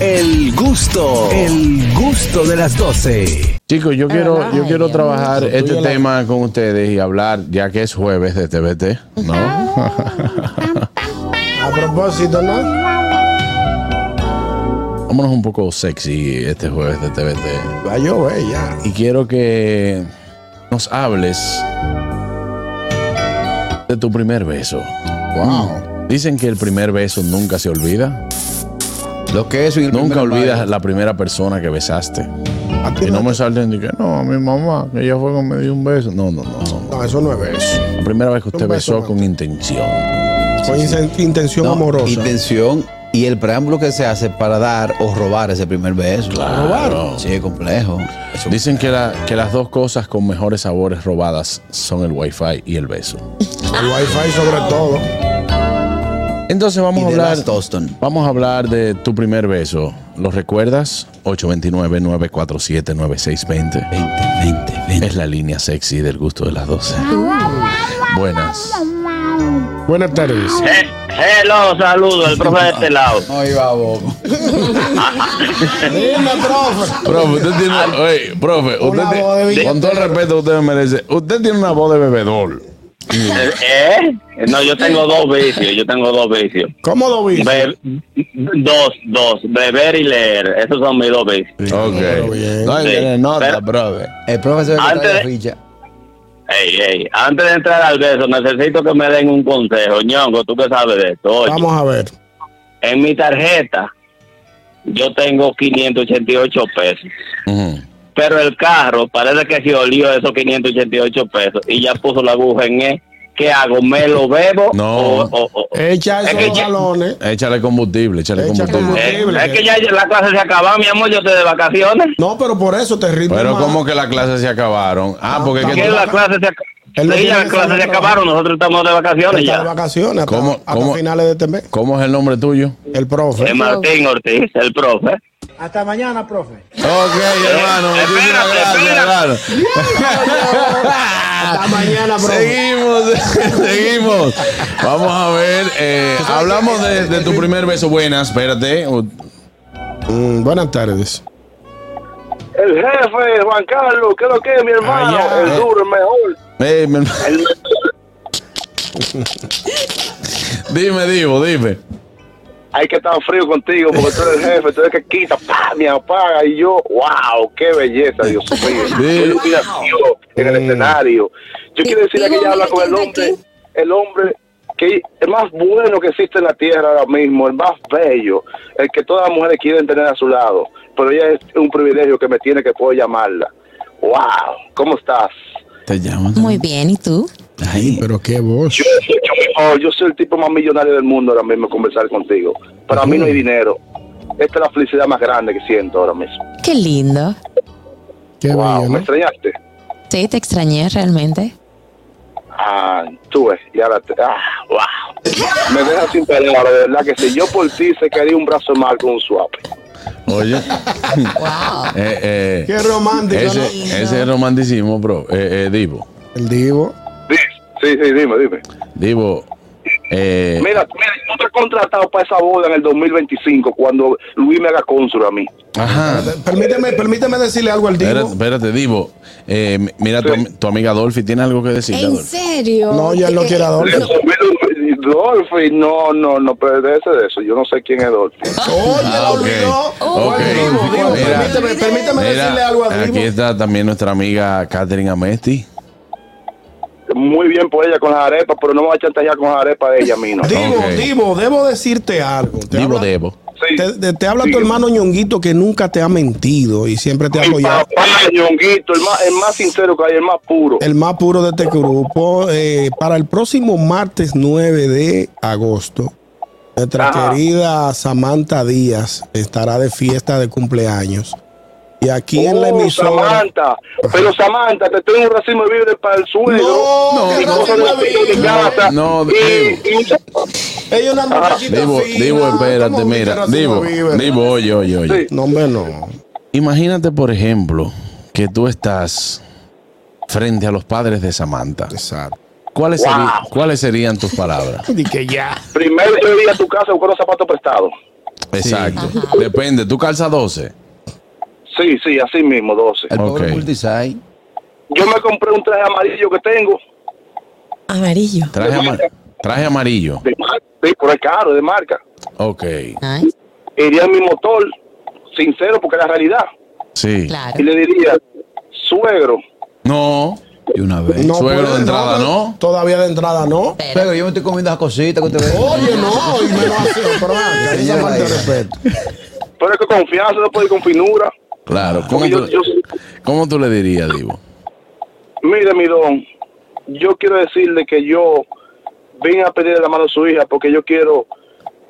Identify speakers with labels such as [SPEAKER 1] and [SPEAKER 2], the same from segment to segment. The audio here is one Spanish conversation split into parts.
[SPEAKER 1] El gusto, el gusto de las 12.
[SPEAKER 2] Chicos, yo quiero,
[SPEAKER 3] verdad.
[SPEAKER 2] yo
[SPEAKER 3] Ay,
[SPEAKER 2] quiero
[SPEAKER 3] Dios
[SPEAKER 2] trabajar
[SPEAKER 4] mío.
[SPEAKER 2] este
[SPEAKER 4] Tuyo la-
[SPEAKER 2] tema con ustedes y hablar, ya que es jueves de TVT, ¿no?
[SPEAKER 4] A propósito, ¿no?
[SPEAKER 2] Vámonos un poco sexy este jueves de TVT.
[SPEAKER 4] Va yo, güey, ya.
[SPEAKER 2] Y quiero que nos hables de tu primer beso. Wow. Dicen que el primer beso nunca se olvida.
[SPEAKER 5] Lo que es y el
[SPEAKER 2] Nunca
[SPEAKER 5] primer
[SPEAKER 2] olvidas
[SPEAKER 5] baile.
[SPEAKER 2] la primera persona que besaste.
[SPEAKER 4] A ti
[SPEAKER 2] Y no me salten de que no, a mi mamá, que ella fue con me dio un beso. No, no, no. no.
[SPEAKER 4] No, Ah, eso no es beso.
[SPEAKER 2] La primera vez que usted
[SPEAKER 4] Un beso,
[SPEAKER 2] besó
[SPEAKER 4] no.
[SPEAKER 2] con intención.
[SPEAKER 4] Con inten- intención
[SPEAKER 5] No,
[SPEAKER 4] amorosa.
[SPEAKER 5] Intención y el preámbulo que se hace para dar o robar ese primer beso.
[SPEAKER 2] Claro.
[SPEAKER 5] Sí, es complejo. Es un-
[SPEAKER 2] Dicen que, la- que las dos cosas con mejores sabores robadas son el wifi y el beso.
[SPEAKER 4] El wifi sobre todo.
[SPEAKER 2] Entonces vamos
[SPEAKER 5] Y
[SPEAKER 2] a
[SPEAKER 5] de
[SPEAKER 2] hablar.
[SPEAKER 5] las Toston.
[SPEAKER 2] Vamos a hablar de tu primer beso. ¿Lo recuerdas? 829-947-9620.
[SPEAKER 5] 20, 20, 20.
[SPEAKER 2] Es la línea sexy del gusto de las 12. Buenas.
[SPEAKER 4] Buenas tardes.
[SPEAKER 6] Eh, Hello, saludo, el profe de este lado.
[SPEAKER 5] Ay, babo.
[SPEAKER 4] Dime, profe.
[SPEAKER 2] Profe, usted tiene. Oye, profe, usted
[SPEAKER 4] Una
[SPEAKER 2] tiene-
[SPEAKER 4] voz de billetera.
[SPEAKER 2] con todo el respeto que usted me merece, usted tiene una voz de bebedor.
[SPEAKER 6] Eh, ¿Eh? No, yo tengo dos vicios, yo tengo dos vicios.
[SPEAKER 4] ¿Cómo lo viste?
[SPEAKER 6] Be- dos, dos, beber y leer, esos son mis dos vicios.
[SPEAKER 2] Ok.
[SPEAKER 4] bien.
[SPEAKER 2] No,
[SPEAKER 6] Sí.
[SPEAKER 2] tiene nota,
[SPEAKER 6] Pero-
[SPEAKER 2] profe.
[SPEAKER 5] El profesor que
[SPEAKER 6] Antes
[SPEAKER 5] trae la
[SPEAKER 6] de-
[SPEAKER 5] ficha.
[SPEAKER 6] Ey, ey, antes de entrar al beso, necesito que me den un consejo, ñongo, tú que sabes de esto. Oye,
[SPEAKER 4] Vamos a ver.
[SPEAKER 6] en mi tarjeta yo tengo 588 pesos.
[SPEAKER 2] Ujú.
[SPEAKER 6] pero el carro parece que se olió esos 588 pesos y ya puso la aguja en él. ¿Qué hago? ¿Me lo bebo?
[SPEAKER 2] No.
[SPEAKER 6] O- o-
[SPEAKER 2] Oh,
[SPEAKER 4] Eh,
[SPEAKER 6] o-
[SPEAKER 4] Echa
[SPEAKER 6] Es
[SPEAKER 4] esos
[SPEAKER 6] que ya-
[SPEAKER 4] galones.
[SPEAKER 2] Échale combustible, échale
[SPEAKER 4] Echa
[SPEAKER 2] combustible.
[SPEAKER 4] combustible.
[SPEAKER 6] Eh,
[SPEAKER 4] horrible.
[SPEAKER 6] es que ya la clase se acabó, mi amor, yo estoy de vacaciones.
[SPEAKER 4] No, pero por eso te rindes
[SPEAKER 2] Pero
[SPEAKER 4] más.
[SPEAKER 2] como que las clases se acabaron. Ah, porque es que
[SPEAKER 6] ¿Qué
[SPEAKER 2] tú-
[SPEAKER 6] la clase se acabó?
[SPEAKER 4] Él no
[SPEAKER 6] Sí,
[SPEAKER 4] tiene
[SPEAKER 6] las
[SPEAKER 4] que
[SPEAKER 6] clases
[SPEAKER 4] salir
[SPEAKER 6] se
[SPEAKER 4] a trabajar.
[SPEAKER 6] acabaron, nosotros estamos de
[SPEAKER 4] Está
[SPEAKER 6] vacaciones
[SPEAKER 4] de
[SPEAKER 6] ya.
[SPEAKER 4] vacaciones hasta,
[SPEAKER 2] ¿Cómo-
[SPEAKER 4] hasta
[SPEAKER 2] cómo-
[SPEAKER 4] finales de este mes.
[SPEAKER 2] ¿Cómo es el nombre tuyo?
[SPEAKER 4] El profe.
[SPEAKER 6] Eh, Martín Ortiz, el profe.
[SPEAKER 7] Hasta mañana, profe.
[SPEAKER 2] Ok, hermano.
[SPEAKER 6] espérate,
[SPEAKER 2] muchísimas gracias,
[SPEAKER 6] espérate.
[SPEAKER 2] hermano.
[SPEAKER 4] Hasta mañana, profe.
[SPEAKER 2] Seguimos, seguimos. Vamos a ver. eh, hablamos de, de tu primer beso. Buenas, espérate. Uh,
[SPEAKER 4] Mm, buenas tardes.
[SPEAKER 8] El jefe, Juan Carlos, ¿qué es lo que es, mi hermano?
[SPEAKER 4] Ah, ya.
[SPEAKER 8] el duro, el mejor.
[SPEAKER 2] eh, mi hermano.
[SPEAKER 8] El-
[SPEAKER 2] dime, Divo, dime.
[SPEAKER 8] hay que estar frío contigo porque tú eres el jefe, tú eres que quita, pa, me apaga. Y yo, wow, qué belleza, Dios mío. Qué iluminación en el escenario. Yo quiero decirle que
[SPEAKER 3] Digo,
[SPEAKER 8] ya habla con el
[SPEAKER 3] mira quién
[SPEAKER 8] hombre, el hombre que es más bueno que existe en la tierra ahora mismo, el más bello, el que todas las mujeres quieren tener a su lado. Pero ella es un privilegio que me tiene que puedo llamarla. Wow, ¿cómo estás?
[SPEAKER 5] Te llaman.
[SPEAKER 3] Muy bien, ¿y tú?
[SPEAKER 5] Ay,
[SPEAKER 4] Pero qué voz.
[SPEAKER 8] Yo, yo- oh, yo soy el tipo más millonario del mundo ahora mismo, conversar contigo. Para mí no hay dinero. Esta es la felicidad más grande que siento ahora mismo.
[SPEAKER 3] Qué lindo.
[SPEAKER 4] Qué
[SPEAKER 8] wow,
[SPEAKER 4] bello,
[SPEAKER 8] ¿me
[SPEAKER 4] ¿no?
[SPEAKER 8] extrañaste?
[SPEAKER 3] Sí, te extrañé realmente.
[SPEAKER 8] Ah, tú ves, y ahora te... Ah, wow. Me dejas sin palabras, de verdad que si yo por ti se quería un brazo mal con un swap.
[SPEAKER 2] Oye.
[SPEAKER 3] Wow.
[SPEAKER 2] eh, eh,
[SPEAKER 4] Qué romántico,
[SPEAKER 2] ese,
[SPEAKER 4] ¿no?
[SPEAKER 2] ese es el romanticismo, bro. Eh, eh, Divo.
[SPEAKER 4] El divo.
[SPEAKER 8] Sí, sí, sí, dime, dime.
[SPEAKER 2] Divo. eh,
[SPEAKER 8] Mira, mira, tú te has contratado para esa boda en el 2025 cuando Luis me haga cónsul a mí.
[SPEAKER 2] ajá.
[SPEAKER 4] Eh, Permíteme, permíteme decirle algo al divo.
[SPEAKER 2] Espérate, espérate, Divo. Eh, m- mira, tu, am- tu amiga Dolphy tiene algo que decir. Dolphy.
[SPEAKER 3] serio?
[SPEAKER 4] No, ya él no quiere a Dolphy.
[SPEAKER 8] Dolphy, no, no, no, pero de ese de eso, yo no sé quién es Dolphy.
[SPEAKER 4] Oye,
[SPEAKER 2] Ah,
[SPEAKER 4] lo
[SPEAKER 2] ok.
[SPEAKER 4] olvidó.
[SPEAKER 2] Ok.
[SPEAKER 4] Divo, Divo,
[SPEAKER 2] Mira,
[SPEAKER 4] permíteme, permíteme
[SPEAKER 2] mira,
[SPEAKER 4] decirle algo a
[SPEAKER 2] aquí
[SPEAKER 4] Divo.
[SPEAKER 2] está también nuestra amiga Catherine Amesti.
[SPEAKER 8] muy bien por ella con las arepas, pero no me va a chantajear con las arepas de ella a mí, ¿no?
[SPEAKER 4] Divo,
[SPEAKER 2] Ok.
[SPEAKER 4] Divo, debo decirte algo. Te
[SPEAKER 2] Divo
[SPEAKER 4] habla-
[SPEAKER 2] Devo.
[SPEAKER 8] Sí.
[SPEAKER 4] Te, te- te habla
[SPEAKER 8] Sí.
[SPEAKER 4] tu hermano ñonguito que nunca te ha mentido y siempre te ha
[SPEAKER 8] Mi
[SPEAKER 4] apoyado.
[SPEAKER 8] papá, Ñonguito, el más, el más sincero que hay, el más puro.
[SPEAKER 4] El más puro de este grupo. eh, para el próximo martes 9 de agosto, nuestra
[SPEAKER 8] Ajá.
[SPEAKER 4] querida Samantha Díaz estará de fiesta de cumpleaños. Y aquí en la
[SPEAKER 8] Oh,
[SPEAKER 4] emisora.
[SPEAKER 8] Samantha, pero Samantha, te tengo un racimo de víveres para el suelo.
[SPEAKER 4] No,
[SPEAKER 8] y
[SPEAKER 4] ¿qué
[SPEAKER 8] cosas
[SPEAKER 4] racimo de
[SPEAKER 8] de de
[SPEAKER 4] víveres?
[SPEAKER 8] casa.
[SPEAKER 2] No, Ah,
[SPEAKER 8] y, y-
[SPEAKER 4] Ella es una muchachita
[SPEAKER 2] Divo,
[SPEAKER 4] fina,
[SPEAKER 2] Divo,
[SPEAKER 4] ¿cómo
[SPEAKER 2] espérate,
[SPEAKER 4] viste
[SPEAKER 2] mira.
[SPEAKER 4] Racimo
[SPEAKER 2] Divo,
[SPEAKER 4] Vive?
[SPEAKER 2] Divo, oye, oye, oye.
[SPEAKER 8] Sí.
[SPEAKER 4] No, hombre, no.
[SPEAKER 2] Imagínate, por ejemplo, que tú estás frente a los padres de Samantha.
[SPEAKER 4] Exacto.
[SPEAKER 2] ¿Cuáles,
[SPEAKER 8] Wow.
[SPEAKER 2] serían, ¿cuáles serían tus palabras?
[SPEAKER 4] Y que ya.
[SPEAKER 8] primero yo iría a tu casa a buscar los zapatos prestados.
[SPEAKER 2] Exacto. Depende. ¿Tú calzas 12?
[SPEAKER 8] Sí, sí, así mismo, 12.
[SPEAKER 5] El pobre
[SPEAKER 2] Ok.
[SPEAKER 5] multisite.
[SPEAKER 8] Yo me compré un traje amarillo que tengo.
[SPEAKER 3] Amarillo.
[SPEAKER 2] Traje, ama- traje amarillo.
[SPEAKER 8] De marca, sí, pero es caro, de marca.
[SPEAKER 2] Ok.
[SPEAKER 3] Nice.
[SPEAKER 8] Iría en mi motor, sincero, porque es la realidad.
[SPEAKER 2] Sí.
[SPEAKER 8] Y
[SPEAKER 3] Claro.
[SPEAKER 8] le diría, suegro,
[SPEAKER 2] No.
[SPEAKER 5] Y una vez.
[SPEAKER 2] Suegro de
[SPEAKER 4] puede,
[SPEAKER 2] entrada, ¿no?
[SPEAKER 4] pues, Todavía de entrada, no.
[SPEAKER 5] Pero yo me estoy comiendo esas cositas que usted ve.
[SPEAKER 4] Oye, no, y me lo hace, pero acá, esa
[SPEAKER 5] Señora,
[SPEAKER 4] falta de
[SPEAKER 5] ahí.
[SPEAKER 4] respeto.
[SPEAKER 8] pero es que confianza no puede ir con finura.
[SPEAKER 2] Claro. ¿Cómo
[SPEAKER 8] Porque yo,
[SPEAKER 2] tú,
[SPEAKER 8] yo,
[SPEAKER 2] cómo tú le dirías, Divo?
[SPEAKER 8] mire, mi don, yo quiero decirle que yo vine a pedirle la mano a su hija porque yo quiero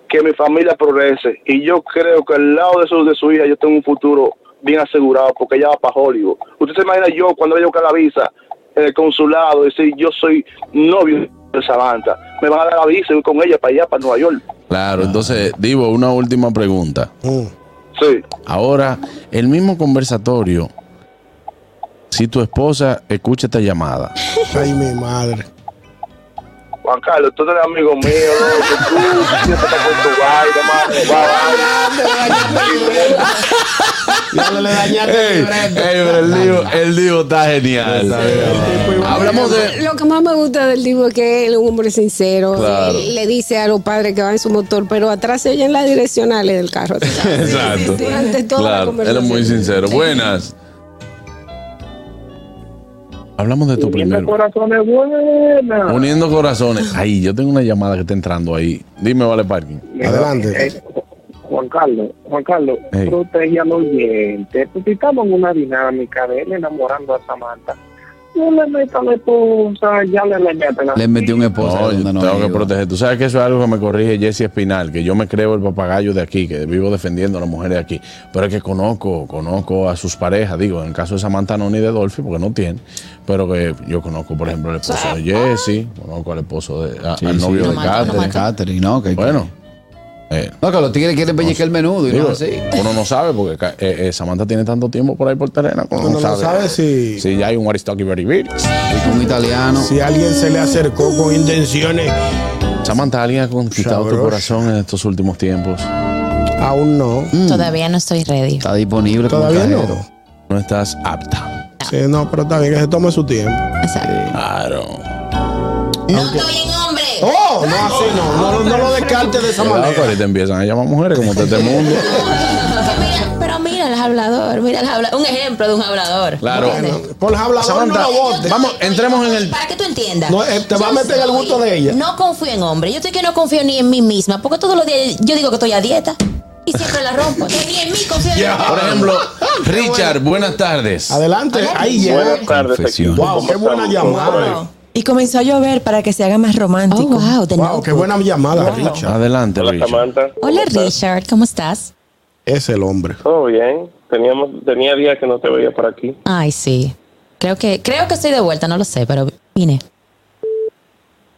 [SPEAKER 8] que mi familia progrese. Y yo creo que al lado de su, de su hija yo tengo un futuro bien asegurado porque ella va para Hollywood. Usted se imagina yo cuando vaya a buscar la visa en el consulado, decir yo soy novio de Samantha. Me van a dar la visa y voy con ella para allá, para Nueva York.
[SPEAKER 2] Claro. Entonces, Divo, una última pregunta.
[SPEAKER 4] Mm.
[SPEAKER 8] Sí.
[SPEAKER 2] Ahora, el mismo conversatorio. Si tu esposa escucha esta llamada,
[SPEAKER 4] Ay, mi madre.
[SPEAKER 8] Juan Carlos, tú eres amigo mío, loco. Tú siempre estás con tu vaina, mano.
[SPEAKER 2] Ey, ey, pero el Divo, el Divo está genial. Hablamos de.
[SPEAKER 7] Lo que más me gusta del tipo es que él es un hombre sincero.
[SPEAKER 2] Claro.
[SPEAKER 7] Él le dice a los padres que van en su motor, pero atrás se oyen las direccionales del carro.
[SPEAKER 2] Exacto.
[SPEAKER 7] Durante toda la
[SPEAKER 2] Claro, él es
[SPEAKER 7] conversación.
[SPEAKER 2] muy sincero. Buenas. Hablamos de tu primer.
[SPEAKER 8] corazones buenas.
[SPEAKER 2] Uniendo corazones. Ay, yo tengo una llamada que está entrando ahí. Dime, vale, parking.
[SPEAKER 4] Adelante.
[SPEAKER 6] eh,
[SPEAKER 8] Juan Carlos, Juan Carlos,
[SPEAKER 2] Ey.
[SPEAKER 8] protejan los oyentes. Pues si estamos en una dinámica de él enamorando a Samantha. No le metas a la esposa, ya le dañaste la
[SPEAKER 5] Le metí un esposo.
[SPEAKER 2] No, yo
[SPEAKER 5] donde no
[SPEAKER 2] Pues, tengo que
[SPEAKER 5] iba.
[SPEAKER 2] proteger. Tú sabes que eso es algo que me corrige Jesse Espinal, que yo me creo el papagayo de aquí, que vivo defendiendo a las mujeres de aquí. Pero es que conozco, conozco a sus parejas, digo, en el caso de Samantha no ni de Dolphy, porque no tiene, pero que yo conozco, por ejemplo, al esposo de Jesse, conozco al esposo de, a-
[SPEAKER 5] Sí,
[SPEAKER 2] al
[SPEAKER 5] sí.
[SPEAKER 2] novio
[SPEAKER 5] No
[SPEAKER 2] de
[SPEAKER 5] mató,
[SPEAKER 3] no
[SPEAKER 2] Catherine.
[SPEAKER 3] mató.
[SPEAKER 5] Catherine, no, que, que-
[SPEAKER 2] Bueno, eh,
[SPEAKER 5] No, que los tigres quieren pellizcar el menudo y
[SPEAKER 2] digo,
[SPEAKER 5] no así.
[SPEAKER 2] uno no sabe, porque ca- eh, eh, Samantha tiene tanto tiempo por ahí por terreno, uno
[SPEAKER 4] Uno
[SPEAKER 2] no, sabe.
[SPEAKER 4] si,
[SPEAKER 2] Si ya hay un Aristotle Very
[SPEAKER 5] Y como italiano.
[SPEAKER 4] si alguien se le acercó con intenciones.
[SPEAKER 2] Samantha, ¿alguien ha conquistado tu
[SPEAKER 4] Sabroso.
[SPEAKER 2] corazón en estos últimos tiempos?
[SPEAKER 4] Aún no.
[SPEAKER 2] Mm,
[SPEAKER 3] Todavía no estoy ready.
[SPEAKER 5] Está disponible como
[SPEAKER 4] Todavía
[SPEAKER 5] cajero.
[SPEAKER 4] no.
[SPEAKER 2] No estás apta.
[SPEAKER 4] Sí, no, pero está bien que se tome su tiempo.
[SPEAKER 3] Exacto.
[SPEAKER 2] Claro.
[SPEAKER 3] No estoy en hombre.
[SPEAKER 4] Oh, no, así no. No, no lo descarte de esa
[SPEAKER 2] Cuidado, que
[SPEAKER 4] manera.
[SPEAKER 2] ahorita empiezan a llamar mujeres como todo este mundo.
[SPEAKER 3] Mira, pero mira el hablador, mira el hablador. Un ejemplo de un hablador.
[SPEAKER 2] Claro.
[SPEAKER 4] Bueno, por los habladores no
[SPEAKER 2] Samantha,
[SPEAKER 4] lo vote.
[SPEAKER 2] Vamos, entremos en el.
[SPEAKER 3] Para que tú entiendas.
[SPEAKER 4] No, eh, te va a
[SPEAKER 3] Yo
[SPEAKER 4] meter en el
[SPEAKER 3] soy-
[SPEAKER 4] gusto de ella.
[SPEAKER 3] No confío en hombre. Yo estoy que no confío ni en mí misma. Porque todos los días yo digo que estoy a dieta. Y siempre la rompo. Entonces, ni en mí confío. en mí.
[SPEAKER 2] Por ejemplo, Richard, buenas tardes.
[SPEAKER 4] Adelante. Ahí llega.
[SPEAKER 8] Buenas tardes,
[SPEAKER 5] Confesión.
[SPEAKER 4] Wow, qué buena llamada.
[SPEAKER 9] Wow. Y comenzó a llover para que se haga más
[SPEAKER 3] Oh,
[SPEAKER 9] romántico.
[SPEAKER 3] wow. de
[SPEAKER 4] Wow,
[SPEAKER 3] nuevo.
[SPEAKER 4] qué buena llamada, Richard.
[SPEAKER 2] Adelante,
[SPEAKER 6] Hola,
[SPEAKER 2] Richard.
[SPEAKER 6] Samantha.
[SPEAKER 3] Hola Richard, ¿cómo estás?
[SPEAKER 4] Es el hombre.
[SPEAKER 6] Todo bien. Teníamos, tenía días que no te veía por aquí.
[SPEAKER 3] Ay, sí. Creo que, creo que estoy de vuelta, no lo sé, pero vine.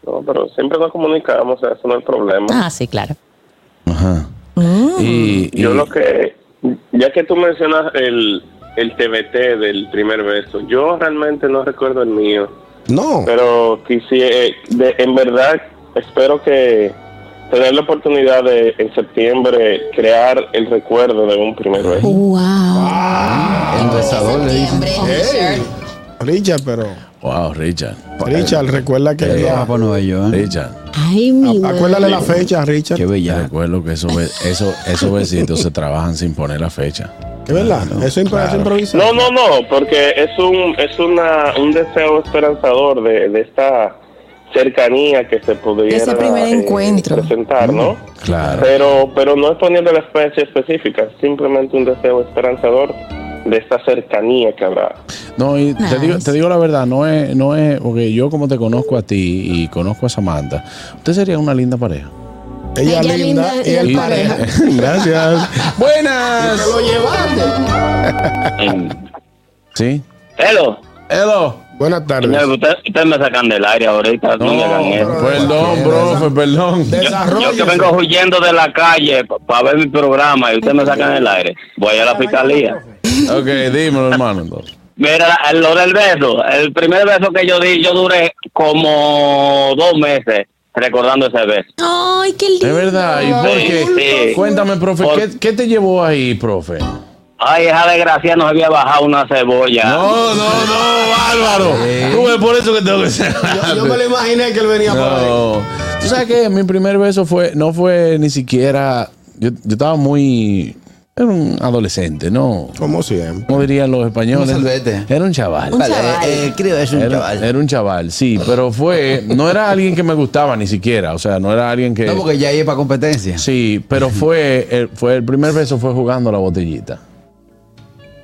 [SPEAKER 6] No, pero siempre nos comunicamos, eso no es el problema.
[SPEAKER 3] Ah, sí, claro.
[SPEAKER 2] Ajá. Y, y-
[SPEAKER 6] Yo lo que, ya que tú mencionas el, el TBT del primer beso, yo realmente no recuerdo el mío,
[SPEAKER 4] No.
[SPEAKER 6] pero quisiera, de- en verdad espero que tener la oportunidad de en septiembre crear el recuerdo de un primer beso.
[SPEAKER 3] Wow.
[SPEAKER 5] Ah. El besador le dice.
[SPEAKER 4] Hey, Richard, pero.
[SPEAKER 2] Wow, Richard.
[SPEAKER 4] Richard, recuerda que.
[SPEAKER 5] Viaja
[SPEAKER 4] ya-
[SPEAKER 5] para Nueva York. ¿eh?
[SPEAKER 2] Richard,
[SPEAKER 7] Ay, mi madre.
[SPEAKER 4] Acuérdale la fecha, Richard.
[SPEAKER 5] Qué
[SPEAKER 4] ¿Es
[SPEAKER 2] ya
[SPEAKER 5] bella.
[SPEAKER 2] recuerdo eh, que esos, be- esos, esos besitos se trabajan sin poner la fecha.
[SPEAKER 4] verdad? Eso es impro-
[SPEAKER 2] Claro.
[SPEAKER 4] eso improvisado.
[SPEAKER 6] No, no, no, porque es un es una, un deseo esperanzador de, de esta cercanía que se podría
[SPEAKER 9] Ese primer encuentro. Mm.
[SPEAKER 6] presentar, Ah, ¿no?
[SPEAKER 2] Claro.
[SPEAKER 6] Pero pero no es poniendo la especie específica, es simplemente un deseo esperanzador de esta cercanía que habrá.
[SPEAKER 2] No, y te,
[SPEAKER 3] Nice.
[SPEAKER 2] digo, te digo la verdad, no es, no es, porque yo como te conozco a ti y conozco a Samantha, usted sería una linda pareja.
[SPEAKER 4] Ella,
[SPEAKER 7] Ella
[SPEAKER 4] linda,
[SPEAKER 7] linda
[SPEAKER 4] y él
[SPEAKER 7] y él
[SPEAKER 4] pareja.
[SPEAKER 2] Gracias. Buenas. Sí.
[SPEAKER 6] Hello,
[SPEAKER 2] Hello.
[SPEAKER 4] Buenas
[SPEAKER 6] señor,
[SPEAKER 4] tardes.
[SPEAKER 6] ustedes ustedes me sacan del aire ahorita, no, me hagan eso.
[SPEAKER 2] Perdón, profe, perdón.
[SPEAKER 6] Yo que
[SPEAKER 4] Desarrolla.
[SPEAKER 6] vengo huyendo de la calle para ver mi programa y ustedes me sacan del aire. Voy a la fiscalía.
[SPEAKER 2] Ok, dímelo, hermano. entonces.
[SPEAKER 6] Mira, lo del beso, el primer beso que yo di, yo duré como dos meses recordando ese beso.
[SPEAKER 3] Ay, qué lindo.
[SPEAKER 2] Es verdad, y
[SPEAKER 6] Sí,
[SPEAKER 2] porque,
[SPEAKER 6] sí.
[SPEAKER 2] cuéntame, profe,
[SPEAKER 6] Por-
[SPEAKER 2] ¿qué, qué te llevó ahí, profe?
[SPEAKER 6] Ay, esa desgracia nos había bajado una cebolla.
[SPEAKER 2] No, no, no, Álvaro. Tú ves por eso que tengo que ser.
[SPEAKER 4] Yo, yo me lo imaginé que él venía por ahí.
[SPEAKER 2] No. ¿Tú sabes qué? Mi primer beso fue, no fue ni siquiera. Yo, yo estaba muy. Era un adolescente, ¿no?
[SPEAKER 4] Como siempre.
[SPEAKER 2] ¿Cómo dirían los españoles?
[SPEAKER 5] Un salvete.
[SPEAKER 2] Era un chaval.
[SPEAKER 3] Un chaval.
[SPEAKER 5] Eh, eh, creo que es un
[SPEAKER 2] Era,
[SPEAKER 5] chaval.
[SPEAKER 2] era un chaval, sí, pero fue. No era alguien que me gustaba ni siquiera. O sea, no era alguien que.
[SPEAKER 5] No, porque ya iba para competencia.
[SPEAKER 2] Sí, pero fue. El, fue el primer beso fue jugando a la botellita.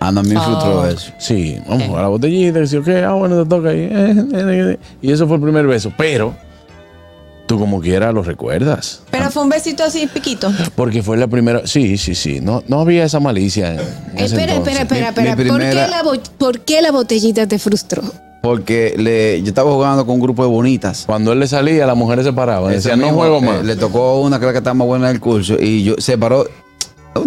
[SPEAKER 5] Ah, no, me frustró eso.
[SPEAKER 2] Sí, vamos a jugar a la botellita, que sí, ok, ah, bueno, te toca ahí. Y eso fue el primer beso. Pero, tú como quieras lo recuerdas.
[SPEAKER 9] Pero fue un besito así, piquito.
[SPEAKER 2] Porque fue la primera. Sí, sí, sí. No, no había esa malicia. en- en ese
[SPEAKER 7] Espera, espera,
[SPEAKER 2] entonces.
[SPEAKER 7] espera,
[SPEAKER 5] Mi- mi
[SPEAKER 7] espera. ¿Por,
[SPEAKER 5] primera-
[SPEAKER 7] qué la bo- por qué la botellita te frustró?
[SPEAKER 5] Porque le, yo estaba jugando con un grupo de bonitas.
[SPEAKER 2] Cuando él le salía, las mujeres se paraban.
[SPEAKER 5] Ese
[SPEAKER 2] Decían, Pues no
[SPEAKER 5] mismo,
[SPEAKER 2] juego
[SPEAKER 5] eh,
[SPEAKER 2] más.
[SPEAKER 5] le tocó una que era la que estaba más buena del curso y yo se paró.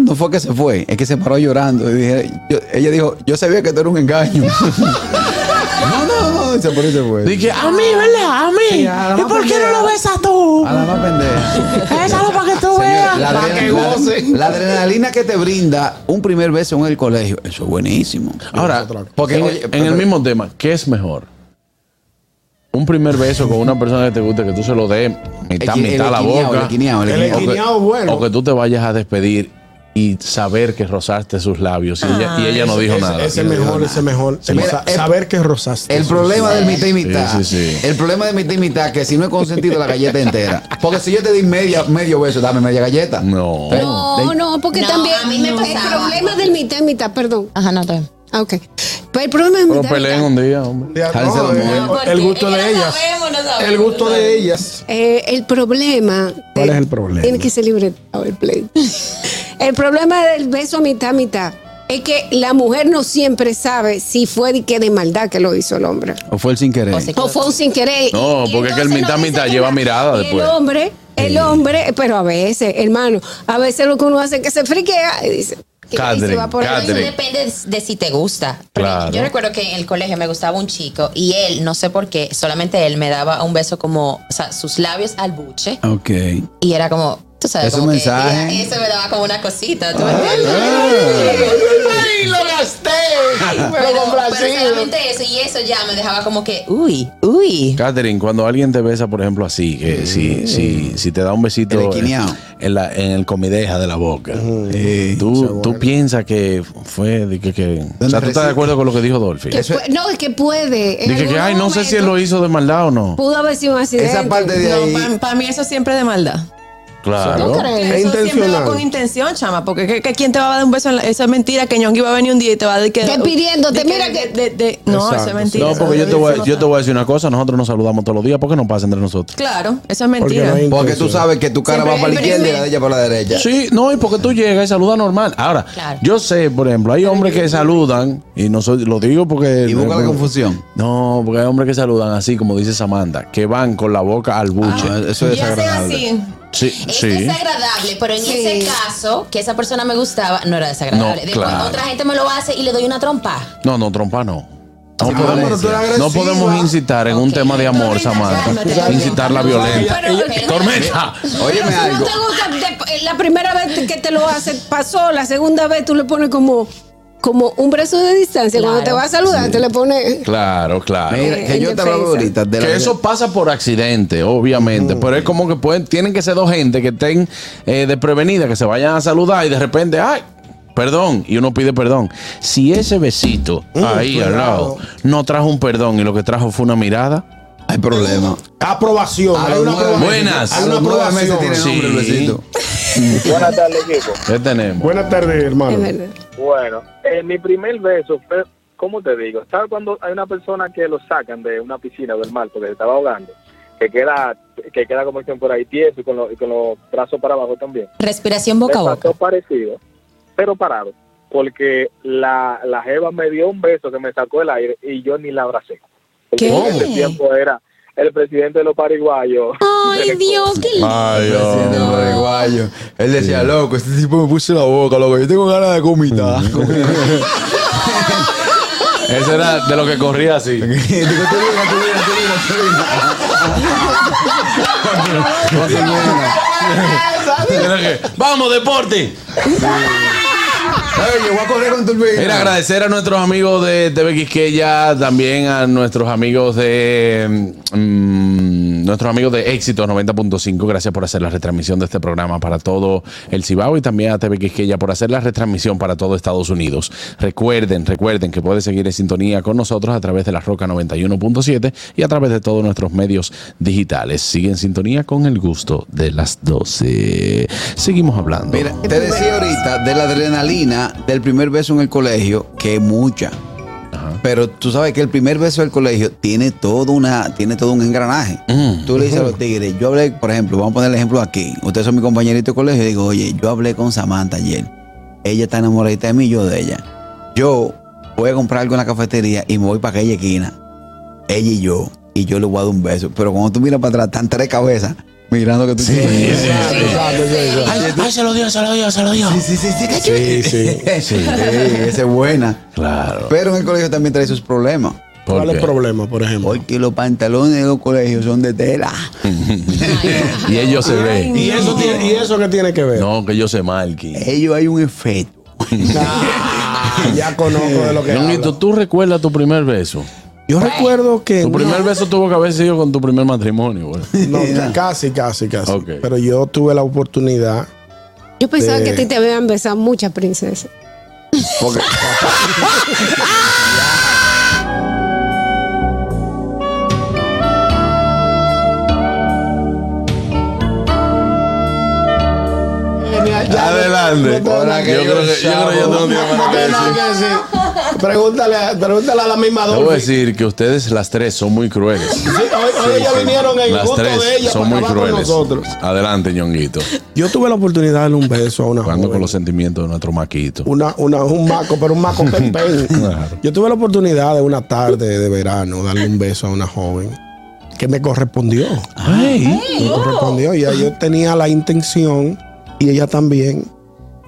[SPEAKER 5] No fue que se fue, es que se paró llorando. Y dije, yo- ella dijo, yo sabía que esto era un engaño. no, no, no, y se paró y
[SPEAKER 2] este
[SPEAKER 5] se fue.
[SPEAKER 2] Dije, a mí, ¿verdad? A mí.
[SPEAKER 5] Pues, Sí, a la
[SPEAKER 2] ¿Y
[SPEAKER 5] más
[SPEAKER 2] por qué no
[SPEAKER 5] pendeja.
[SPEAKER 2] lo besas tú?
[SPEAKER 5] A la más pendeja.
[SPEAKER 2] Bésalo para que tú
[SPEAKER 5] Señores,
[SPEAKER 2] veas.
[SPEAKER 5] la, adrena- la- la adrenalina que te brinda un primer beso en el colegio, eso es buenísimo.
[SPEAKER 2] Ahora,
[SPEAKER 5] Porque,
[SPEAKER 2] en,
[SPEAKER 5] oye,
[SPEAKER 2] en el
[SPEAKER 5] pero-
[SPEAKER 2] mismo tema, ¿qué es mejor? Un primer beso con una persona que te guste, que tú se lo des mitad,
[SPEAKER 5] El- el
[SPEAKER 2] mitad la
[SPEAKER 5] equineado,
[SPEAKER 2] boca.
[SPEAKER 5] el equineado, el
[SPEAKER 4] El
[SPEAKER 5] equineado.
[SPEAKER 2] O que-
[SPEAKER 4] equineado bueno.
[SPEAKER 2] O que tú te vayas a despedir y saber que rozaste sus labios y, ella, y ella no dijo
[SPEAKER 4] Ese-
[SPEAKER 2] nada.
[SPEAKER 4] Ese
[SPEAKER 2] No dijo
[SPEAKER 4] mejor,
[SPEAKER 2] nada.
[SPEAKER 4] ese mejor.
[SPEAKER 2] Sí.
[SPEAKER 4] El
[SPEAKER 5] Mira,
[SPEAKER 4] sa-
[SPEAKER 5] el-
[SPEAKER 4] saber que rozaste.
[SPEAKER 5] El
[SPEAKER 4] Sí,
[SPEAKER 5] problema del mitad y
[SPEAKER 2] Sí,
[SPEAKER 5] mitad.
[SPEAKER 2] sí, sí.
[SPEAKER 5] El problema de mitad y mitad que si no he consentido la galleta entera. Porque si yo te di media, medio beso, dame media galleta.
[SPEAKER 2] No.
[SPEAKER 5] Pero-
[SPEAKER 7] No, Oh, no, porque
[SPEAKER 3] No,
[SPEAKER 7] también
[SPEAKER 3] a mí me
[SPEAKER 7] el
[SPEAKER 3] pasaba.
[SPEAKER 7] problema del mitad y mitad, perdón.
[SPEAKER 3] Ajá, no, también.
[SPEAKER 7] Ah, ok. Pero el problema del
[SPEAKER 2] Pero
[SPEAKER 7] mitad y
[SPEAKER 2] peleen
[SPEAKER 7] mitad.
[SPEAKER 2] un día, hombre.
[SPEAKER 4] Ya,
[SPEAKER 5] Cállense
[SPEAKER 4] no,
[SPEAKER 5] los
[SPEAKER 4] eh,
[SPEAKER 5] moños.
[SPEAKER 4] el gusto de ellas. El gusto de ellas.
[SPEAKER 7] Eh, el problema.
[SPEAKER 4] ¿Cuál
[SPEAKER 7] de-
[SPEAKER 4] es el problema?
[SPEAKER 7] Tiene que ser libretado el pleito. el problema del beso a mitad, mitad. Es que la mujer no siempre sabe si fue de, que de maldad que lo hizo el hombre.
[SPEAKER 2] ¿eh?
[SPEAKER 5] O fue el sin querer.
[SPEAKER 3] O se-
[SPEAKER 7] O fue un sin querer.
[SPEAKER 2] No,
[SPEAKER 7] Y
[SPEAKER 2] porque es que el
[SPEAKER 7] entonces
[SPEAKER 2] mitad,
[SPEAKER 7] no dice
[SPEAKER 2] mitad
[SPEAKER 7] que
[SPEAKER 2] lleva
[SPEAKER 7] la-
[SPEAKER 2] mirada
[SPEAKER 7] y
[SPEAKER 2] después.
[SPEAKER 7] El hombre, el hombre, pero a veces, hermano, a veces lo que uno hace es que se friquea y dice. que
[SPEAKER 2] Catherine,
[SPEAKER 7] se va por ahí.
[SPEAKER 3] Pero eso
[SPEAKER 2] Catherine.
[SPEAKER 3] depende de, de si te gusta. Pero
[SPEAKER 2] Claro.
[SPEAKER 3] Yo recuerdo que en el colegio me gustaba un chico y él, no sé por qué, solamente él me daba un beso como, o sea, sus labios al buche
[SPEAKER 5] Ok.
[SPEAKER 3] y era como, tú sabes,
[SPEAKER 5] Es
[SPEAKER 3] como
[SPEAKER 5] un
[SPEAKER 3] que-
[SPEAKER 5] mensaje. Ah.
[SPEAKER 3] y eso me daba como una cosita, ¿tú me entiendes?
[SPEAKER 4] ¡Ay, lo gasté!
[SPEAKER 3] Pero, pero solamente eso y eso ya me dejaba como que, uy, uy.
[SPEAKER 2] Catherine, cuando alguien te besa, por ejemplo, así, que si, si, si te da un besito
[SPEAKER 5] El
[SPEAKER 2] en,
[SPEAKER 5] equineado.
[SPEAKER 2] en la- en el comideja de la boca,
[SPEAKER 5] Eh,
[SPEAKER 2] tú, tú piensas que fue. de que, que- o sea, tú estás
[SPEAKER 5] resiste?
[SPEAKER 2] de acuerdo con lo que dijo Dolphy.
[SPEAKER 7] Que fue- no, es que puede. en
[SPEAKER 2] Dije que,
[SPEAKER 7] algunos
[SPEAKER 2] ay, no sé si él
[SPEAKER 7] momentos
[SPEAKER 2] lo hizo de maldad o no.
[SPEAKER 7] Pudo haber sido un accidente.
[SPEAKER 5] Esa parte de
[SPEAKER 9] No,
[SPEAKER 5] ahí.
[SPEAKER 9] para mí eso siempre es de maldad.
[SPEAKER 2] Claro.
[SPEAKER 7] ¿Tú crees?
[SPEAKER 9] Eso siempre va
[SPEAKER 4] intencional.
[SPEAKER 9] con intención, chama, porque que, que quién te va a dar un beso en la- Eso es mentira, que Ñongui va a venir un día y te va a decir que...
[SPEAKER 7] Te pidiéndote,
[SPEAKER 9] de
[SPEAKER 7] mira que-
[SPEAKER 9] de- de- no, eso
[SPEAKER 4] Exacto,
[SPEAKER 9] es mentira.
[SPEAKER 2] No, porque yo te, voy, a- yo te
[SPEAKER 9] a...
[SPEAKER 2] voy a decir una cosa, nosotros nos saludamos todos los días, ¿por qué no pasa entre nosotros?
[SPEAKER 9] Claro, eso es
[SPEAKER 4] Porque
[SPEAKER 9] mentira.
[SPEAKER 4] no hay
[SPEAKER 5] Porque tú
[SPEAKER 4] intención.
[SPEAKER 5] sabes que tu cara
[SPEAKER 9] Siempre
[SPEAKER 5] va para la
[SPEAKER 9] el
[SPEAKER 5] izquierda y la
[SPEAKER 9] primer-
[SPEAKER 5] de ella para la derecha.
[SPEAKER 2] Sí, no, y porque tú llegas y saludas normal. Ahora,
[SPEAKER 3] Claro.
[SPEAKER 2] yo sé, por ejemplo, hay hombres que saludan, y no soy- lo digo porque...
[SPEAKER 5] Y busca la confusión.
[SPEAKER 2] No, porque hay hombres que saludan así, como dice Samantha, que van con la boca al buche.
[SPEAKER 5] No, eso es
[SPEAKER 9] Y hacen
[SPEAKER 5] desagradable.
[SPEAKER 9] así.
[SPEAKER 2] sí,
[SPEAKER 3] Es
[SPEAKER 2] sí.
[SPEAKER 3] desagradable, pero en
[SPEAKER 7] Sí.
[SPEAKER 3] ese caso, que esa persona me gustaba, no era desagradable.
[SPEAKER 2] No,
[SPEAKER 3] Después
[SPEAKER 2] claro.
[SPEAKER 3] otra gente me lo hace y le doy una trompa.
[SPEAKER 2] No, no, trompa no. No,
[SPEAKER 5] Ah,
[SPEAKER 2] podemos,
[SPEAKER 5] pero tú eres
[SPEAKER 2] no podemos incitar en un tema de amor,
[SPEAKER 9] Tormenta, cálmate,
[SPEAKER 2] Samantha.
[SPEAKER 9] cálmate.
[SPEAKER 2] Incitar la
[SPEAKER 3] No,
[SPEAKER 2] violencia.
[SPEAKER 3] pero-
[SPEAKER 2] ¡Tormenta!
[SPEAKER 5] Óyeme
[SPEAKER 7] Si no
[SPEAKER 5] algo.
[SPEAKER 7] te gusta, de- eh, la primera vez que te lo hace pasó, la segunda vez tú le pones como, como un brazo de distancia. Cuando te
[SPEAKER 3] Claro.
[SPEAKER 7] va a saludar, te le pones.
[SPEAKER 2] Claro, claro.
[SPEAKER 5] Mira,
[SPEAKER 7] Eh,
[SPEAKER 5] que
[SPEAKER 7] en
[SPEAKER 5] yo te hablaba
[SPEAKER 7] defensa.
[SPEAKER 5] ahorita de la-
[SPEAKER 2] Que eso pasa por accidente, obviamente. Pero es
[SPEAKER 4] Mm.
[SPEAKER 2] como que pueden, tienen que ser dos gente que estén eh, desprevenidas, que se vayan a saludar y de repente, ¡ay! Perdón, y uno pide perdón. Si ese besito
[SPEAKER 4] Mm,
[SPEAKER 2] ahí al lado no trajo un perdón y lo que trajo fue una mirada,
[SPEAKER 5] Hay problema.
[SPEAKER 4] Aprobación.
[SPEAKER 5] A
[SPEAKER 4] Hay
[SPEAKER 5] los
[SPEAKER 4] una
[SPEAKER 5] nueve-
[SPEAKER 4] aprobación.
[SPEAKER 2] Buenas.
[SPEAKER 4] Hay
[SPEAKER 5] A
[SPEAKER 4] una
[SPEAKER 5] los nueve meses tiene
[SPEAKER 4] aprobación.
[SPEAKER 5] nombre el
[SPEAKER 2] Sí.
[SPEAKER 5] besito.
[SPEAKER 6] Buenas tardes, equipo.
[SPEAKER 2] ¿qué tenemos?
[SPEAKER 4] Buenas tardes,
[SPEAKER 7] Es
[SPEAKER 4] hermano.
[SPEAKER 7] verdad.
[SPEAKER 6] Bueno, eh, mi primer beso fue, ¿cómo te digo? ¿Sabes cuando hay una persona que lo sacan de una piscina o del mar porque se estaba ahogando? Que queda, que queda como dicen por ahí tieso y con, lo- y con los brazos para abajo también.
[SPEAKER 3] Respiración boca a
[SPEAKER 6] me
[SPEAKER 3] boca.
[SPEAKER 6] pasó parecido, pero parado. Porque la, la jeva me dio un beso que me sacó el aire y yo ni la abracé. Porque
[SPEAKER 9] ¿Qué?
[SPEAKER 6] en ese tiempo era el presidente de los paraguayos.
[SPEAKER 3] Ay, Dios, qué lindo.
[SPEAKER 2] Ay,
[SPEAKER 5] Presidente
[SPEAKER 2] hombre.
[SPEAKER 5] paraguayo. Él decía, loco, este tipo me puso la boca, loco. Yo tengo ganas de vomitar.
[SPEAKER 2] Eso era de lo que corría así. Era que, Vamos, deporte.
[SPEAKER 5] Oye, voy a correr con turbina.
[SPEAKER 2] Mira, agradecer a nuestros amigos de TV Quisqueya, también a nuestros amigos de mm, nuestros amigos de Éxitos 90.5, gracias por hacer la retransmisión de este programa para todo el Cibao y también a TV Quisqueya por hacer la retransmisión para todo Estados Unidos. Recuerden, recuerden que puedes seguir en sintonía con nosotros a través de la Roca 91.7 y a través de todos nuestros medios digitales. Sigue en sintonía con el gusto de las 12. Seguimos hablando.
[SPEAKER 5] Mira, te decía ahorita de la adrenalina del primer beso en el colegio, que es mucha. Pero tú sabes que el primer beso del colegio tiene todo, una, tiene todo un engranaje.
[SPEAKER 2] Mm,
[SPEAKER 5] Tú le dices a los tigres, yo hablé, por ejemplo, vamos a poner el ejemplo aquí. Ustedes son mi compañerito de colegio. y Digo, oye, yo hablé con Samantha ayer. Ella está enamoradita de mí, yo de ella. Yo voy a comprar algo en la cafetería y me voy para aquella esquina ella y yo, y yo le voy a dar un beso. Pero cuando tú miras para atrás, están tres cabezas mirando que tú tienes. Exacto, exacto, exacto.
[SPEAKER 2] Ay, ay, se lo dio, se lo dio, se lo dio.
[SPEAKER 5] Sí, sí, sí,
[SPEAKER 4] Sí, sí.
[SPEAKER 5] Ey, esa es buena.
[SPEAKER 2] Claro.
[SPEAKER 5] Pero en el colegio también trae sus problemas.
[SPEAKER 2] ¿Por
[SPEAKER 4] ¿Cuál es el
[SPEAKER 2] qué?
[SPEAKER 4] problema, por ejemplo?
[SPEAKER 5] Porque los pantalones de los colegios son de tela.
[SPEAKER 2] Y ellos se ven.
[SPEAKER 4] ¿Y eso, tiene- ¿Y eso qué tiene que ver?
[SPEAKER 2] No, que yo sé
[SPEAKER 4] Eh,
[SPEAKER 2] marquen.
[SPEAKER 5] Ellos hay un efecto.
[SPEAKER 4] Ah, ya conozco de lo que habla.
[SPEAKER 2] Leonito, ¿tú recuerdas tu primer beso?
[SPEAKER 4] Yo recuerdo que...
[SPEAKER 2] Tu primer beso tuvo que haber sido con tu primer matrimonio, güey.
[SPEAKER 4] No, casi, casi, casi.
[SPEAKER 2] Ok.
[SPEAKER 4] Pero yo tuve la oportunidad...
[SPEAKER 7] Yo pensaba
[SPEAKER 4] Sí.
[SPEAKER 7] que a ti te habían besado muchas princesas.
[SPEAKER 5] Porque
[SPEAKER 2] Adelante.
[SPEAKER 4] No tengo nada que
[SPEAKER 2] Yo creo que- yo creo que yo tengo nada más que
[SPEAKER 4] tengo nada que decir. Pregúntale, a- pregúntale a la misma
[SPEAKER 2] Debo
[SPEAKER 4] Dolphy.
[SPEAKER 2] decir que ustedes las tres son muy crueles.
[SPEAKER 4] Sí, hoy, hoy ellas vinieron en el
[SPEAKER 2] Las
[SPEAKER 4] gusto
[SPEAKER 2] tres
[SPEAKER 4] de ellas
[SPEAKER 2] son
[SPEAKER 4] para
[SPEAKER 2] muy
[SPEAKER 4] acabar con
[SPEAKER 2] crueles.
[SPEAKER 4] nosotros.
[SPEAKER 2] Adelante, ñonguito.
[SPEAKER 4] Yo tuve la oportunidad de darle un beso a una
[SPEAKER 2] Jugando
[SPEAKER 4] joven.
[SPEAKER 2] con los sentimientos de nuestro maquito.
[SPEAKER 4] una, una- un maco, pero un maco pen, pen.
[SPEAKER 2] Claro.
[SPEAKER 4] Yo tuve la oportunidad de una tarde de verano darle un beso a una joven que me correspondió. Me correspondió. Ya yo tenía la intención y ella también.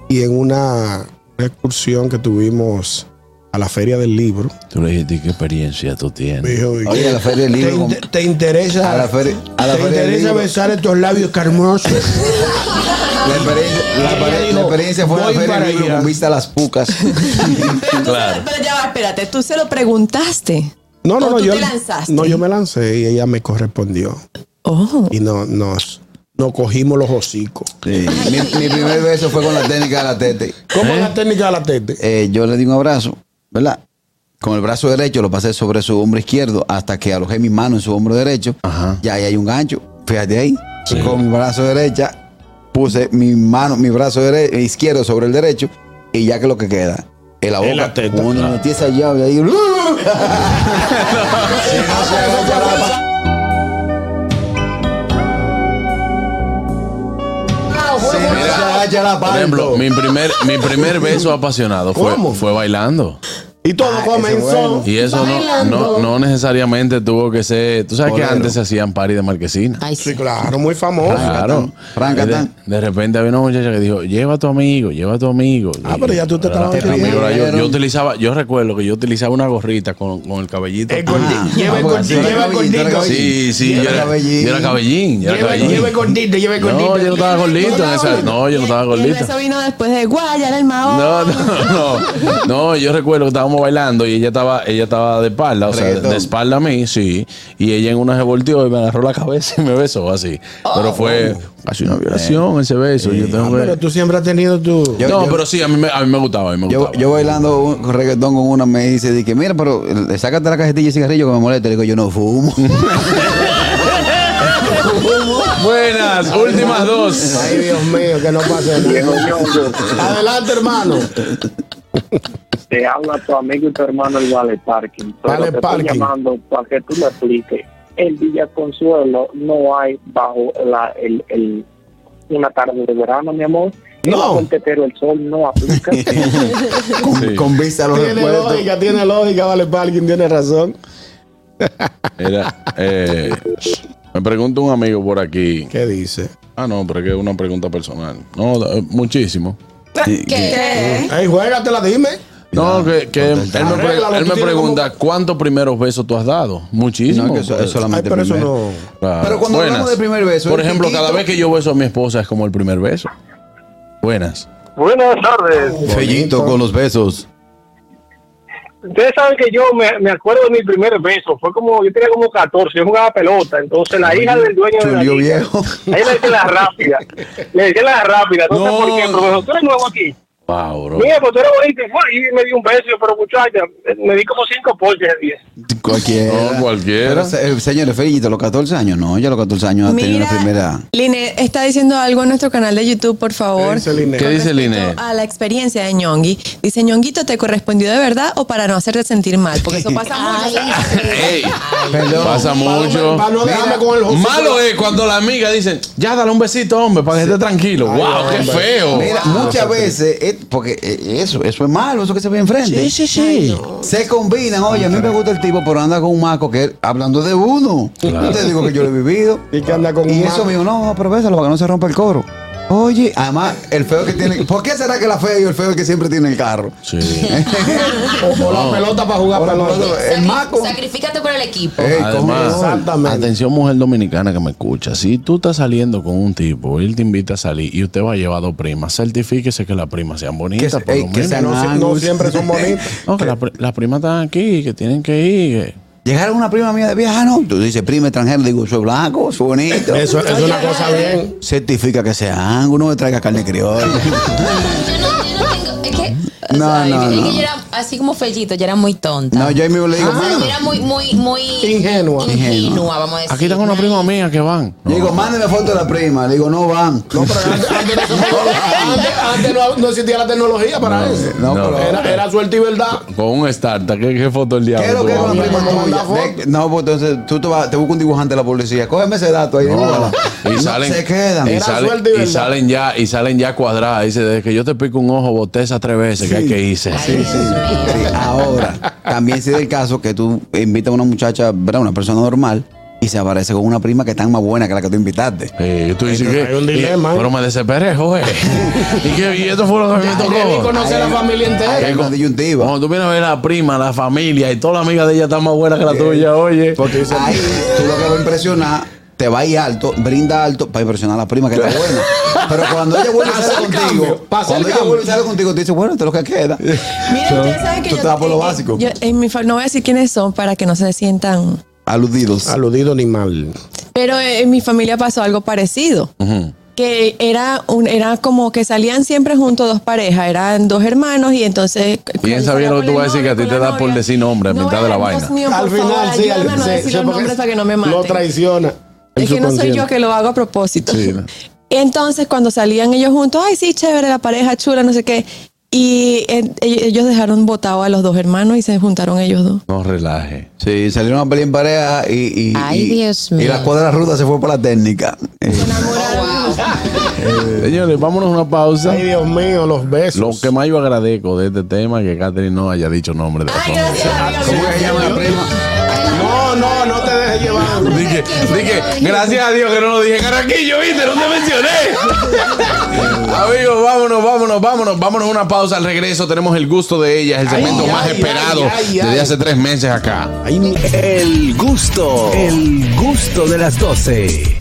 [SPEAKER 4] Y en una excursión que tuvimos a la Feria del Libro,
[SPEAKER 2] Tú le dijiste qué experiencia tú
[SPEAKER 4] me
[SPEAKER 2] tienes.
[SPEAKER 4] dijo,
[SPEAKER 5] Oye, a la Feria del
[SPEAKER 4] "¿Te
[SPEAKER 5] Libro
[SPEAKER 4] inte-
[SPEAKER 5] con-
[SPEAKER 4] ¿Te interesa?
[SPEAKER 5] a la feria- a la
[SPEAKER 4] ¿Te
[SPEAKER 5] Feria del
[SPEAKER 4] interesa
[SPEAKER 5] Libro".
[SPEAKER 4] besar estos labios carmosos?
[SPEAKER 5] la experiencia, la, pare- la experiencia fue en la
[SPEAKER 4] Voy
[SPEAKER 5] feria
[SPEAKER 4] para
[SPEAKER 5] del libro
[SPEAKER 4] allá.
[SPEAKER 5] con vista a las pucas.
[SPEAKER 9] Pero, tú se lo- pero ya va, espérate, tú se lo preguntaste.
[SPEAKER 4] No, no,
[SPEAKER 9] ¿O
[SPEAKER 4] no,
[SPEAKER 9] tú
[SPEAKER 4] yo,
[SPEAKER 9] te lanzaste?
[SPEAKER 4] no, yo me lancé y ella me correspondió.
[SPEAKER 9] Oh.
[SPEAKER 4] y no, nos, nos cogimos los hocicos.
[SPEAKER 5] Sí. Mi, mi primer beso fue con la técnica de la tete.
[SPEAKER 4] ¿Cómo es la técnica de la tete?
[SPEAKER 5] Eh, yo le di un abrazo, ¿verdad? Con el brazo derecho lo pasé sobre su hombro izquierdo hasta que alojé mi mano en su hombro derecho.
[SPEAKER 2] Ajá.
[SPEAKER 5] Y ahí hay un gancho. Fíjate ahí. Con mi brazo derecha puse mi mano, mi brazo dere- izquierdo sobre el derecho y ya que lo que queda. En la boca.
[SPEAKER 4] Es la teta,
[SPEAKER 5] Uno
[SPEAKER 4] claro.
[SPEAKER 5] metí esa llave ahí. ¡uh!
[SPEAKER 2] Por ejemplo, mi primer, mi primer beso apasionado fue,
[SPEAKER 4] ¿Cómo?
[SPEAKER 2] fue bailando.
[SPEAKER 4] Y todo comenzó.
[SPEAKER 2] Y eso no, no, no necesariamente tuvo que ser. Tú sabes que
[SPEAKER 5] Bolero.
[SPEAKER 2] antes se hacían party de marquesina.
[SPEAKER 3] Ay,
[SPEAKER 4] Sí, claro, muy famoso.
[SPEAKER 2] Claro.
[SPEAKER 5] Francatán.
[SPEAKER 2] Y De, de repente había una muchacha que dijo, lleva a tu amigo, lleva a tu amigo.
[SPEAKER 4] Ah, pero ya tú te
[SPEAKER 2] Era-
[SPEAKER 4] estabas
[SPEAKER 2] era amigo,
[SPEAKER 5] criando.
[SPEAKER 2] era yo, yo utilizaba, yo recuerdo que yo utilizaba una gorrita con, con el cabellito.
[SPEAKER 4] El gordito,
[SPEAKER 5] Ah,
[SPEAKER 4] lleva el
[SPEAKER 5] bueno,
[SPEAKER 4] gordito,
[SPEAKER 5] sí,
[SPEAKER 4] lleva el
[SPEAKER 5] cabellito,
[SPEAKER 4] gordito.
[SPEAKER 5] cabellito.
[SPEAKER 2] Sí, sí, yo
[SPEAKER 5] Lleva
[SPEAKER 2] era
[SPEAKER 5] cabellín.
[SPEAKER 2] yo era cabellín. yo era
[SPEAKER 4] Lleva,
[SPEAKER 2] cabellín.
[SPEAKER 4] lleva el gordito, lleva el gordito.
[SPEAKER 2] No, yo no estaba gordito en esa. No, yo no estaba
[SPEAKER 9] Y el
[SPEAKER 2] gordito.
[SPEAKER 9] beso vino después de Guayala, el Mao.
[SPEAKER 2] No, no, no. No, yo recuerdo que estábamos bailando y ella estaba, ella estaba de espalda, o sea, de,
[SPEAKER 5] Reggaetón.
[SPEAKER 2] de espalda a mí, sí. Y ella en una se volteó y me agarró la cabeza y me besó así.
[SPEAKER 9] Oh,
[SPEAKER 2] Pero fue casi una violación ese beso. Yo tengo que-
[SPEAKER 4] Ah, Pero tú siempre has tenido tu.
[SPEAKER 5] Ah, Yo-
[SPEAKER 2] no, pero sí, a mí, me, a mí me gustaba, a mí me
[SPEAKER 5] Yo,
[SPEAKER 2] gustaba.
[SPEAKER 5] yo bailando un reggaetón con una me dice, de que mira, pero eh, sácate la cajetilla de cigarrillo que me molesta. Le digo, yo no fumo.
[SPEAKER 2] Buenas, últimas dos.
[SPEAKER 4] Ay, Dios mío, que no pase nada. Adelante, hermano.
[SPEAKER 6] Te habla tu amigo y tu hermano el Vale Parking. Pero
[SPEAKER 4] Vale
[SPEAKER 6] te
[SPEAKER 4] Parking.
[SPEAKER 6] estoy llamando para que tú me expliques. En Villa Consuelo no hay bajo la, el, el- una tarde de verano, mi amor. En
[SPEAKER 4] No.
[SPEAKER 6] la Puertetero el sol no aplica.
[SPEAKER 5] con, con vista a los
[SPEAKER 4] Tiene
[SPEAKER 5] recuerdos.
[SPEAKER 4] lógica, tiene lógica, vale, Parkin, tiene razón.
[SPEAKER 2] Mira, eh, me pregunta un amigo por aquí.
[SPEAKER 4] ¿Qué dice?
[SPEAKER 2] Ah, no, pero es que es una pregunta personal. No, eh, muchísimo.
[SPEAKER 3] ¿Qué?
[SPEAKER 4] Ey, juégatela, dime.
[SPEAKER 2] No, que, que él, me pre-
[SPEAKER 4] Arréglalo,
[SPEAKER 2] él
[SPEAKER 4] tú
[SPEAKER 2] me
[SPEAKER 4] tienes
[SPEAKER 2] pregunta, ¿cuántos primeros besos tú has dado? pues, Muchísimos.
[SPEAKER 5] No, que eso es
[SPEAKER 4] Ay,
[SPEAKER 5] solamente
[SPEAKER 4] pero eso
[SPEAKER 5] primero.
[SPEAKER 4] no.
[SPEAKER 2] Claro.
[SPEAKER 5] Pero cuando hablamos de primer beso,
[SPEAKER 2] Por
[SPEAKER 5] el
[SPEAKER 2] ejemplo, cada
[SPEAKER 5] piquito-
[SPEAKER 2] vez que yo beso a mi esposa es como el primer beso. Buenas.
[SPEAKER 6] Buenas tardes.
[SPEAKER 5] Fellito con los besos.
[SPEAKER 6] Ustedes saben que yo me, me acuerdo de mi primer beso. Fue como, yo tenía como 14, yo jugaba pelota. Entonces la hija del dueño de la
[SPEAKER 5] Chulió
[SPEAKER 6] liga,
[SPEAKER 5] viejo.
[SPEAKER 6] a ella le decía la rápida. Le decía la rápida. No, sé
[SPEAKER 2] No.
[SPEAKER 6] por qué, pero me dijo, tú eres nuevo aquí.
[SPEAKER 2] Wow, bro.
[SPEAKER 6] Mira, pues tú eres bonito. Y fue, Y me dio un beso, yo, pero muchacha, eh, me di como cinco pollas de 10.
[SPEAKER 5] Cualquiera.
[SPEAKER 2] No, cualquiera.
[SPEAKER 5] Pero, se- eh, señores, Fellito, a los 14 años, no, ya a los 14 años ha tenido la primera.
[SPEAKER 9] Linet está diciendo algo en nuestro canal de YouTube, por
[SPEAKER 4] ¿Qué
[SPEAKER 9] favor.
[SPEAKER 4] dice Linet?
[SPEAKER 2] ¿Qué dice Linet?
[SPEAKER 9] A la experiencia de Ñongui. Dice, Ñonguito, ¿te correspondió de verdad o para no hacerte sentir mal? Porque eso pasa
[SPEAKER 3] Ay,
[SPEAKER 9] mucho.
[SPEAKER 2] Ey,
[SPEAKER 5] Perdón.
[SPEAKER 2] pasa mucho.
[SPEAKER 4] Para no dejarme con el José.
[SPEAKER 2] Malo eh. es cuando las amigas dicen, ya dale un besito, hombre, para que esté tranquilo.
[SPEAKER 4] Ay,
[SPEAKER 2] wow, qué
[SPEAKER 4] hombre.
[SPEAKER 2] feo.
[SPEAKER 5] Mira, muchas veces, eh, porque eh, eso, eso es malo, eso que se ve enfrente.
[SPEAKER 2] sí, sí.
[SPEAKER 5] Se combinan, oye, a mí me gusta el tipo, pero anda con un maco que hablando de uno. Yo te digo que yo lo he vivido.
[SPEAKER 4] Y que anda con
[SPEAKER 5] Y
[SPEAKER 4] un
[SPEAKER 5] eso
[SPEAKER 4] maco.
[SPEAKER 5] me dijo, no, pero bésalo para que no se rompa el coro. Oye, además, el feo que tiene. ¿Por qué será que la fea y el feo es el que siempre tiene el carro?
[SPEAKER 2] Sí.
[SPEAKER 4] O, o la pelota para jugar
[SPEAKER 5] Ahora,
[SPEAKER 4] pelota.
[SPEAKER 5] no, el maco.
[SPEAKER 3] Sacrificate por el
[SPEAKER 2] Eh.
[SPEAKER 3] equipo.
[SPEAKER 5] Ey,
[SPEAKER 2] Además,
[SPEAKER 5] coño.
[SPEAKER 4] Exactamente.
[SPEAKER 2] atención mujer dominicana que me escucha, si tú estás saliendo con un tipo, él te invita a salir y usted va a llevar dos primas, certifíquese que las primas sean
[SPEAKER 5] Que
[SPEAKER 2] bonitas,
[SPEAKER 5] se-
[SPEAKER 2] por
[SPEAKER 5] ey,
[SPEAKER 2] lo
[SPEAKER 5] que
[SPEAKER 2] menos.
[SPEAKER 5] sean
[SPEAKER 4] No, si- no
[SPEAKER 5] angus.
[SPEAKER 4] siempre son bonitas.
[SPEAKER 2] No, que la pri- las primas están aquí, que tienen que ir. que-
[SPEAKER 5] Llegaron una prima mía de viaje, ah, no. Tú dices, prima extranjera, digo, soy blanco, soy bonito.
[SPEAKER 4] Eso, eso es una cosa bien.
[SPEAKER 5] Certifica que sea ángulo, no me traiga carne criolla.
[SPEAKER 3] Yo no, yo no tengo. Es que. o
[SPEAKER 5] No,
[SPEAKER 3] sea,
[SPEAKER 5] no,
[SPEAKER 3] es que
[SPEAKER 5] no.
[SPEAKER 3] yo era así como Fellito, yo era muy tonta.
[SPEAKER 5] no, yo ahí mismo le digo,
[SPEAKER 3] O sea, yo
[SPEAKER 5] mano.
[SPEAKER 3] era muy, muy, muy.
[SPEAKER 4] Ingenua.
[SPEAKER 3] Ingenua, vamos a decir.
[SPEAKER 2] Aquí tengo una prima mía que van.
[SPEAKER 5] Le digo, mándeme foto de la prima. Le digo, no van.
[SPEAKER 4] No, pero antes, antes no, antes- antes no- no existía la tecnología para eso.
[SPEAKER 5] No,
[SPEAKER 2] No.
[SPEAKER 5] pero.
[SPEAKER 4] Era, era suerte y verdad.
[SPEAKER 2] Con un startup, ¿qué, qué foto el
[SPEAKER 5] ¿Qué
[SPEAKER 2] diablo?
[SPEAKER 5] es lo
[SPEAKER 2] tú
[SPEAKER 5] que es
[SPEAKER 2] vas a
[SPEAKER 5] con la
[SPEAKER 2] ver?
[SPEAKER 5] prima
[SPEAKER 4] Vamos a
[SPEAKER 5] tuya?
[SPEAKER 4] mandar
[SPEAKER 5] De- No, pues entonces tú te, vas, te buscas un dibujante de la policía. Cógeme ese dato ahí, dibújala.
[SPEAKER 2] Y
[SPEAKER 5] No,
[SPEAKER 2] salen,
[SPEAKER 5] se quedan.
[SPEAKER 2] Y,
[SPEAKER 4] Era
[SPEAKER 2] salen-
[SPEAKER 4] suerte y
[SPEAKER 2] y
[SPEAKER 4] verdad.
[SPEAKER 2] salen ya, y salen ya cuadradas. Dice, desde que yo te pico un ojo, boté esas tres veces que hay que hice.
[SPEAKER 5] Sí, sí. Sí, Ahora, también se da el caso que tú invitas a una muchacha, ¿verdad? Una persona normal y se aparece con una prima que está más buena que la que tú invitaste.
[SPEAKER 2] Eh, tú dices que.
[SPEAKER 4] hay un
[SPEAKER 2] y-
[SPEAKER 4] dilema, ¿eh?
[SPEAKER 2] pero me desesperé, joder. y que y esto fue lo que me
[SPEAKER 4] Debí
[SPEAKER 2] tocó.
[SPEAKER 4] conocer a la familia entera.
[SPEAKER 5] Hay una disyuntiva.
[SPEAKER 2] Cuando tú vienes a ver la prima, la familia y toda la amiga de ella está más buena que la tuya, oye.
[SPEAKER 5] Porque ahí tú lo que vas a impresionar, te va a ir alto, brinda alto para impresionar a la prima que está buena. Pero cuando ella vuelve a
[SPEAKER 4] Pasa
[SPEAKER 5] salir
[SPEAKER 4] el
[SPEAKER 5] contigo,
[SPEAKER 4] cambio, pasa
[SPEAKER 5] cuando
[SPEAKER 4] el
[SPEAKER 5] ella
[SPEAKER 4] cambio.
[SPEAKER 5] vuelve a salir contigo, te dice, bueno, esto es lo que queda.
[SPEAKER 9] Miren, ustedes saben que
[SPEAKER 5] Tú
[SPEAKER 9] yo-
[SPEAKER 5] te vas por lo
[SPEAKER 9] eh,
[SPEAKER 5] básico.
[SPEAKER 9] yo- en mi fa- no voy a decir quiénes son para que no se sientan.
[SPEAKER 5] Aludidos.
[SPEAKER 4] Aludido ni mal.
[SPEAKER 9] Pero eh, en mi familia pasó algo parecido. Que era, un, era como que salían siempre juntos dos parejas, eran dos hermanos y entonces...
[SPEAKER 2] Piensa bien lo que tú vas a decir, que a ti te da por decir nombre en
[SPEAKER 9] en
[SPEAKER 2] mitad de la vaina.
[SPEAKER 9] al final, sí, al no
[SPEAKER 4] sí,
[SPEAKER 9] decir
[SPEAKER 4] sí,
[SPEAKER 9] los
[SPEAKER 4] porque
[SPEAKER 9] nombres para que no me
[SPEAKER 4] Lo
[SPEAKER 9] maten.
[SPEAKER 4] traiciona. el
[SPEAKER 9] Es que no soy
[SPEAKER 4] subconsciente.
[SPEAKER 9] yo que lo hago a propósito.
[SPEAKER 2] Sí.
[SPEAKER 9] Entonces, cuando salían ellos juntos, ay, sí, chévere, la pareja chula, no sé qué. Y eh, ell- ellos dejaron botado a los dos hermanos y se juntaron ellos dos.
[SPEAKER 2] No relaje.
[SPEAKER 5] Sí, salieron a pelear en pareja y, y,
[SPEAKER 3] Ay,
[SPEAKER 5] y-
[SPEAKER 3] Dios
[SPEAKER 5] y
[SPEAKER 3] mío.
[SPEAKER 5] la cuadra ruda se fue para la técnica. Eh,
[SPEAKER 2] Señores, vámonos a una pausa.
[SPEAKER 4] Ay, Dios mío, los besos.
[SPEAKER 2] Lo que más yo agradezco de este tema es que Catherine no haya dicho nombre de
[SPEAKER 3] Ay,
[SPEAKER 2] forma
[SPEAKER 3] gracias a Dios.
[SPEAKER 5] ¿Cómo que se llama la prima?
[SPEAKER 4] No, no, no te dejes llevar.
[SPEAKER 2] Dije, dije, gracias a Dios que no lo dije caraquillo, ¿viste? No te mencioné. Amigos, vámonos, vámonos, vámonos, vámonos a una pausa al regreso. Tenemos el gusto de ella, es el segmento
[SPEAKER 4] ay,
[SPEAKER 2] más
[SPEAKER 4] ay,
[SPEAKER 2] esperado
[SPEAKER 4] ay, ay,
[SPEAKER 2] desde
[SPEAKER 4] ay.
[SPEAKER 2] hace tres meses acá.
[SPEAKER 4] Ay, mi-
[SPEAKER 1] El gusto, el gusto de las 12.